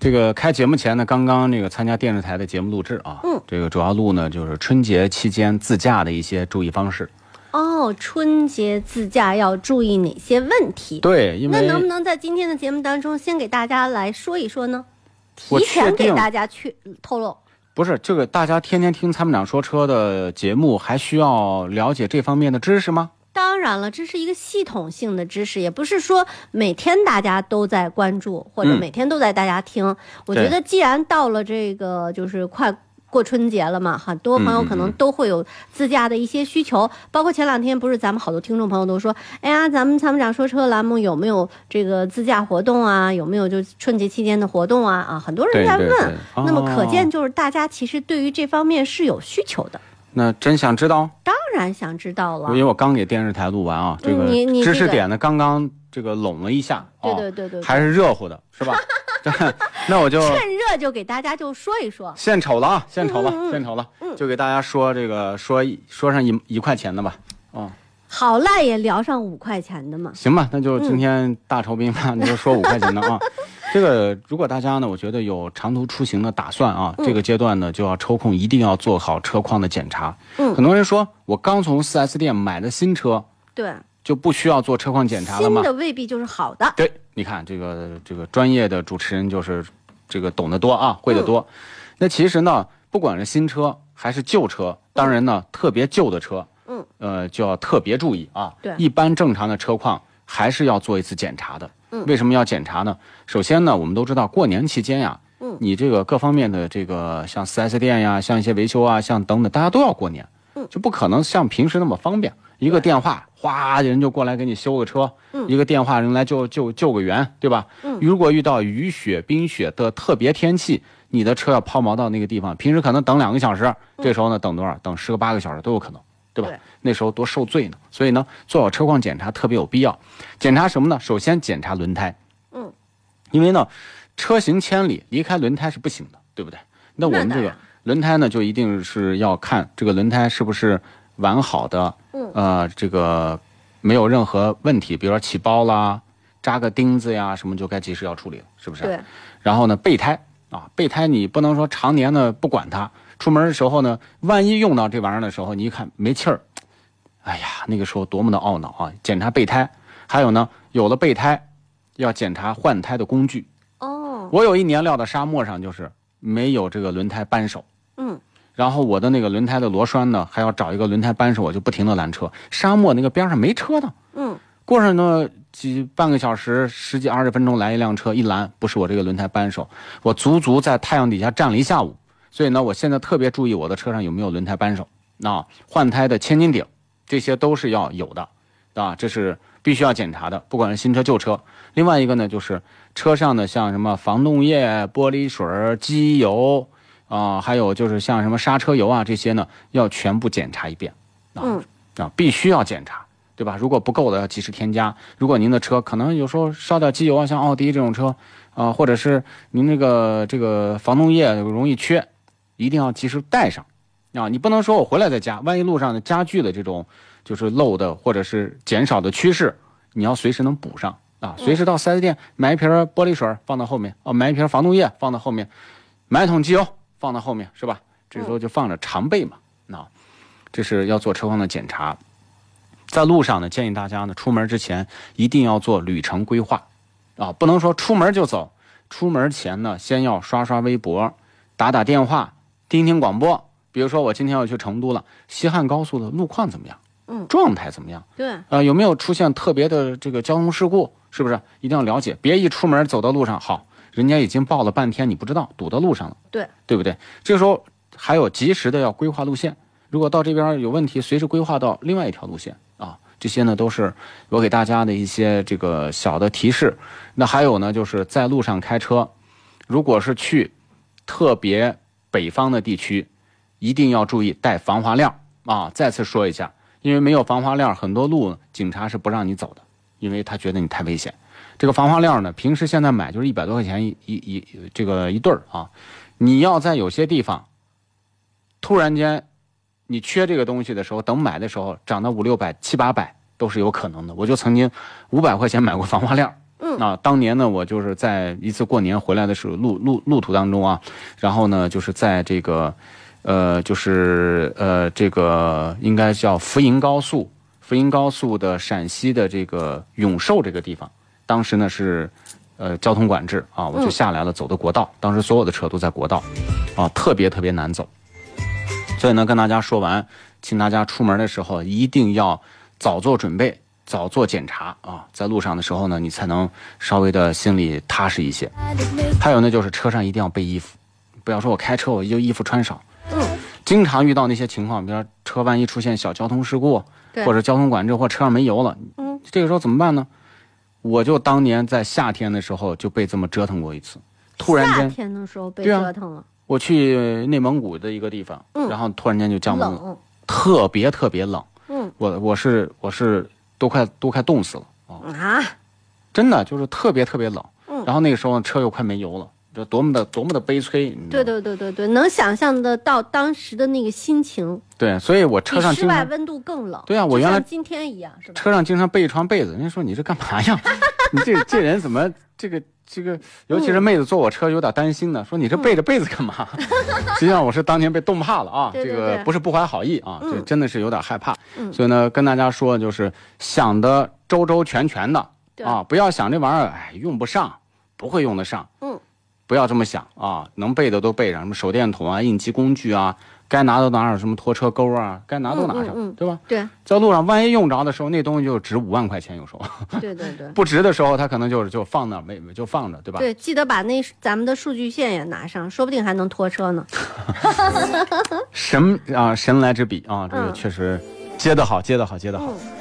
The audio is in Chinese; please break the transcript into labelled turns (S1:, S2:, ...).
S1: 这个开节目前呢，刚刚那个参加电视台的节目录制啊，
S2: 嗯
S1: 这个主要录呢就是春节期间自驾的一些注意方式。
S2: 哦，春节自驾要注意哪些问题？
S1: 对，因
S2: 那
S1: 为
S2: 能不能在今天的节目当中先给大家来说一说呢？
S1: 我
S2: 提
S1: 确
S2: 前给
S1: 定
S2: 大家去透露。
S1: 不是这个大家天天听参谋长说车的节目，还需要了解这方面的知识吗？
S2: 当然了，这是一个系统性的知识，也不是说每天大家都在关注，或者
S1: 嗯
S2: 每天都在大家听。我
S1: 对
S2: 觉得既然到了这个就是快过春节了嘛，很多朋友
S1: 嗯
S2: 可能都会有自驾的一些需求，包括前两天不是咱们好多听众朋友都说，哎呀，咱们参谋长说车栏目有没有这个自驾活动啊？有没有就春节期间的活动啊？啊，很多人
S1: 对
S2: 在
S1: 对
S2: 问。
S1: 对，
S2: 那么可见，
S1: 哦
S2: 就是大家其实对于这方面是有需求的，
S1: 那真想知道，
S2: 当然想知道了
S1: 因。为我刚给电视台录完啊，这个
S2: 嗯你你这
S1: 知
S2: 个
S1: 识点呢刚刚这个拢了一下，
S2: 对
S1: 哦
S2: 对对对对
S1: 还是热乎的，是吧？ 对那我就
S2: 趁热就给大家就说一说，
S1: 献丑了啊，献丑了，
S2: 嗯嗯嗯
S1: 献丑了，就给大家说这个说一说上一一块钱的吧，哦，
S2: 好赖也聊上五块钱的嘛。
S1: 行吧，那就
S2: 嗯
S1: 今天大酬宾 吧，你就说五块钱的啊。这个如果大家呢，我觉得有长途出行的打算啊，
S2: 嗯
S1: 这个阶段呢就要抽空一定要做好车况的检查。
S2: 嗯
S1: 很多人说我刚从 4S 店买的新车
S2: 对，
S1: 就不需要做车况检查了
S2: 新
S1: 吗？
S2: 的未必就是好的。
S1: 对，你看这个这个专业的主持人就是这个懂得多啊，会得
S2: 嗯
S1: 多。那其实呢，不管是新车还是旧车，当然呢，特别旧的车，
S2: 嗯，
S1: 呃，就要特别注意啊。
S2: 对
S1: 一般正常的车况还是要做一次检查的。
S2: 嗯
S1: 为什么要检查呢？首先呢，我们都知道过年期间呀，
S2: 嗯
S1: 你这个各方面的这个像 4S 店呀，像一些维修啊，像等等，大家都要过年，
S2: 嗯
S1: 就不可能像平时那么方便。一个电话，哗，人就过来给你修个车；
S2: 嗯
S1: 一个电话，人来救救救个援，对吧？
S2: 嗯
S1: 如果遇到雨雪、冰雪的特别天气，你的车要抛锚到那个地方，平时可能等两个小时，
S2: 嗯
S1: 这时候呢，等多少？等十个八个小时都有可能，对吧？
S2: 对
S1: 那时候多受罪呢。所以呢，做好车况检查特别有必要。检查什么呢？首先检查轮胎，
S2: 嗯，
S1: 因为呢，车行千里，离开轮胎是不行的，对不对？那我们
S2: 那
S1: 这
S2: 当
S1: 个
S2: 然
S1: 轮胎呢，就一定是要看这个轮胎是不是完好的，
S2: 嗯
S1: 呃，这个没有任何问题，比如说起包啦、扎个钉子呀什么，就该及时要处理了，是不是？啊
S2: 对，
S1: 然后呢，备胎啊，备胎你不能说常年呢不管它，出门的时候呢，万一用到这玩意儿的时候，你一看没气儿，哎呀，那个时候多么的懊恼啊！检查备胎，还有呢，有了备胎，要检查换胎的工具。
S2: 哦，
S1: 我有一年撂到沙漠上，就是没有这个轮胎扳手。
S2: 嗯，
S1: 然后我的那个轮胎的螺栓呢，还要找一个轮胎扳手，我就不停的拦车。沙漠那个边上没车呢，
S2: 嗯，
S1: 过上呢几半个小时、十几二十分钟来一辆车，一拦不是我这个轮胎扳手，我足足在太阳底下站了一下午。所以呢，我现在特别注意我的车上有没有轮胎扳手，啊，换胎的千斤顶，这些都是要有的，啊，这是必须要检查的，不管是新车旧车。另外一个呢，就是车上的像什么防冻液、玻璃水儿、机油啊、还有就是像什么刹车油啊这些呢，要全部检查一遍。啊、
S2: 嗯
S1: 啊，必须要检查，对吧？如果不够的要及时添加。如果您的车可能有时候烧掉机油啊，像奥迪这种车，啊、或者是您那个这个防冻液容易缺，一定要及时带上。啊，你不能说我回来再加，万一路上呢加剧了这种就是漏的或者是减少的趋势，你要随时能补上啊，随时到 4S 店买一瓶儿玻璃水儿放到后面，哦，买一瓶儿防冻液放到后面，买一桶机油放到后面，是吧？这时候就放着常备嘛，那、这是要做车况的检查。在路上呢，建议大家呢，出门之前一定要做旅程规划，啊，不能说出门就走。出门前呢，先要刷刷微博，打打电话，听听广播。比如说，我今天要去成都了，西汉高速的路况怎么样？
S2: 嗯
S1: 状态怎么样？
S2: 对，
S1: 啊，有没有出现特别的这个交通事故？是不是一定要了解？别一出门走到路上，好，人家已经报了半天，你不知道，堵到路上了，
S2: 对
S1: 对不对？这时候还有及时的要规划路线，如果到这边有问题，随时规划到另外一条路线啊，这些呢都是我给大家的一些这个小的提示。那还有呢，就是在路上开车，如果是去特别北方的地区，一定要注意带防滑链儿啊！再次说一下，因为没有防滑链儿，很多路警察是不让你走的，因为他觉得你太危险。这个防滑链儿呢，平时现在买就是一百多块钱一一一这个一对儿啊，你要在有些地方突然间你缺这个东西的时候，等买的时候涨到五六百、七八百都是有可能的。我就曾经五百块钱买过防滑链儿。
S2: 嗯
S1: 啊，当年呢，我就是在一次过年回来的时候，路路路途当中啊，然后呢，就是在这个，呃，就是呃，这个应该叫福银高速，福银高速的陕西的这个永寿这个地方，当时呢是，呃，交通管制啊，我就
S2: 嗯
S1: 下来了，走的国道，当时所有的车都在国道，啊，特别特别难走。所以呢，跟大家说完，请大家出门的时候一定要早做准备，早做检查啊，在路上的时候呢，你才能稍微的心里踏实一些。还有呢，就是车上一定要备衣服，不要说我开车我就衣服穿少。
S2: 嗯，
S1: 经常遇到那些情况，比如说车万一出现小交通事故，
S2: 对
S1: 或者交通管制，或车上没油了，
S2: 嗯，
S1: 这个时候怎么办呢？我就当年在夏天的时候就被这么折腾过一次，突然
S2: 夏
S1: 间
S2: 天的时候被
S1: 对啊
S2: 折腾了，
S1: 我去内蒙古的一个地方，
S2: 嗯
S1: 然后突然间就降温了，
S2: 冷，
S1: 特别特别冷，
S2: 嗯
S1: 我我是我是都快都快冻死了啊！
S2: 啊，
S1: 真的就是特别特别冷，
S2: 嗯
S1: 然后那个时候车又快没油了，这多么的多么的悲催，你知道
S2: 对
S1: 吗
S2: 对对对对，能想象得到当时的那个心情，
S1: 对，所以我车
S2: 比
S1: 上
S2: 室
S1: 经
S2: 外
S1: 常
S2: 温度更冷。
S1: 对啊我
S2: 就
S1: 原来
S2: 像今天一样，是吧？
S1: 车上经常备一床被子， 人家说你这干嘛呀？ 你这这人怎么这个这个，尤其是妹子坐我车有点担心呢，说你这背着被子干嘛？ 实际上我是当年被冻怕了啊，
S2: 嗯 对对
S1: 这个
S2: 对
S1: 不是不怀好意啊，这
S2: 嗯
S1: 真的是有点害怕。
S2: 嗯
S1: 所以呢，跟大家说就是想的周周全全的
S2: 对
S1: 啊，不要想这玩意儿，哎，用不上，不会用得上。
S2: 嗯，
S1: 不要这么想啊，能备的都备上，什么手电筒啊、应急工具啊，该拿都拿上，什么拖车钩啊，该拿都拿上，
S2: 嗯嗯嗯
S1: 对吧？
S2: 对
S1: 在路上万一用着的时候，那东西就值五万块钱，有时候
S2: 对对对。
S1: 不值的时候，它可能就是就放那儿没没就放着，对吧？
S2: 对，记得把那咱们的数据线也拿上，说不定还能拖车呢。
S1: 神啊、神来之笔啊，这个
S2: 嗯
S1: 确实接得好，接得好，接得好。
S2: 嗯。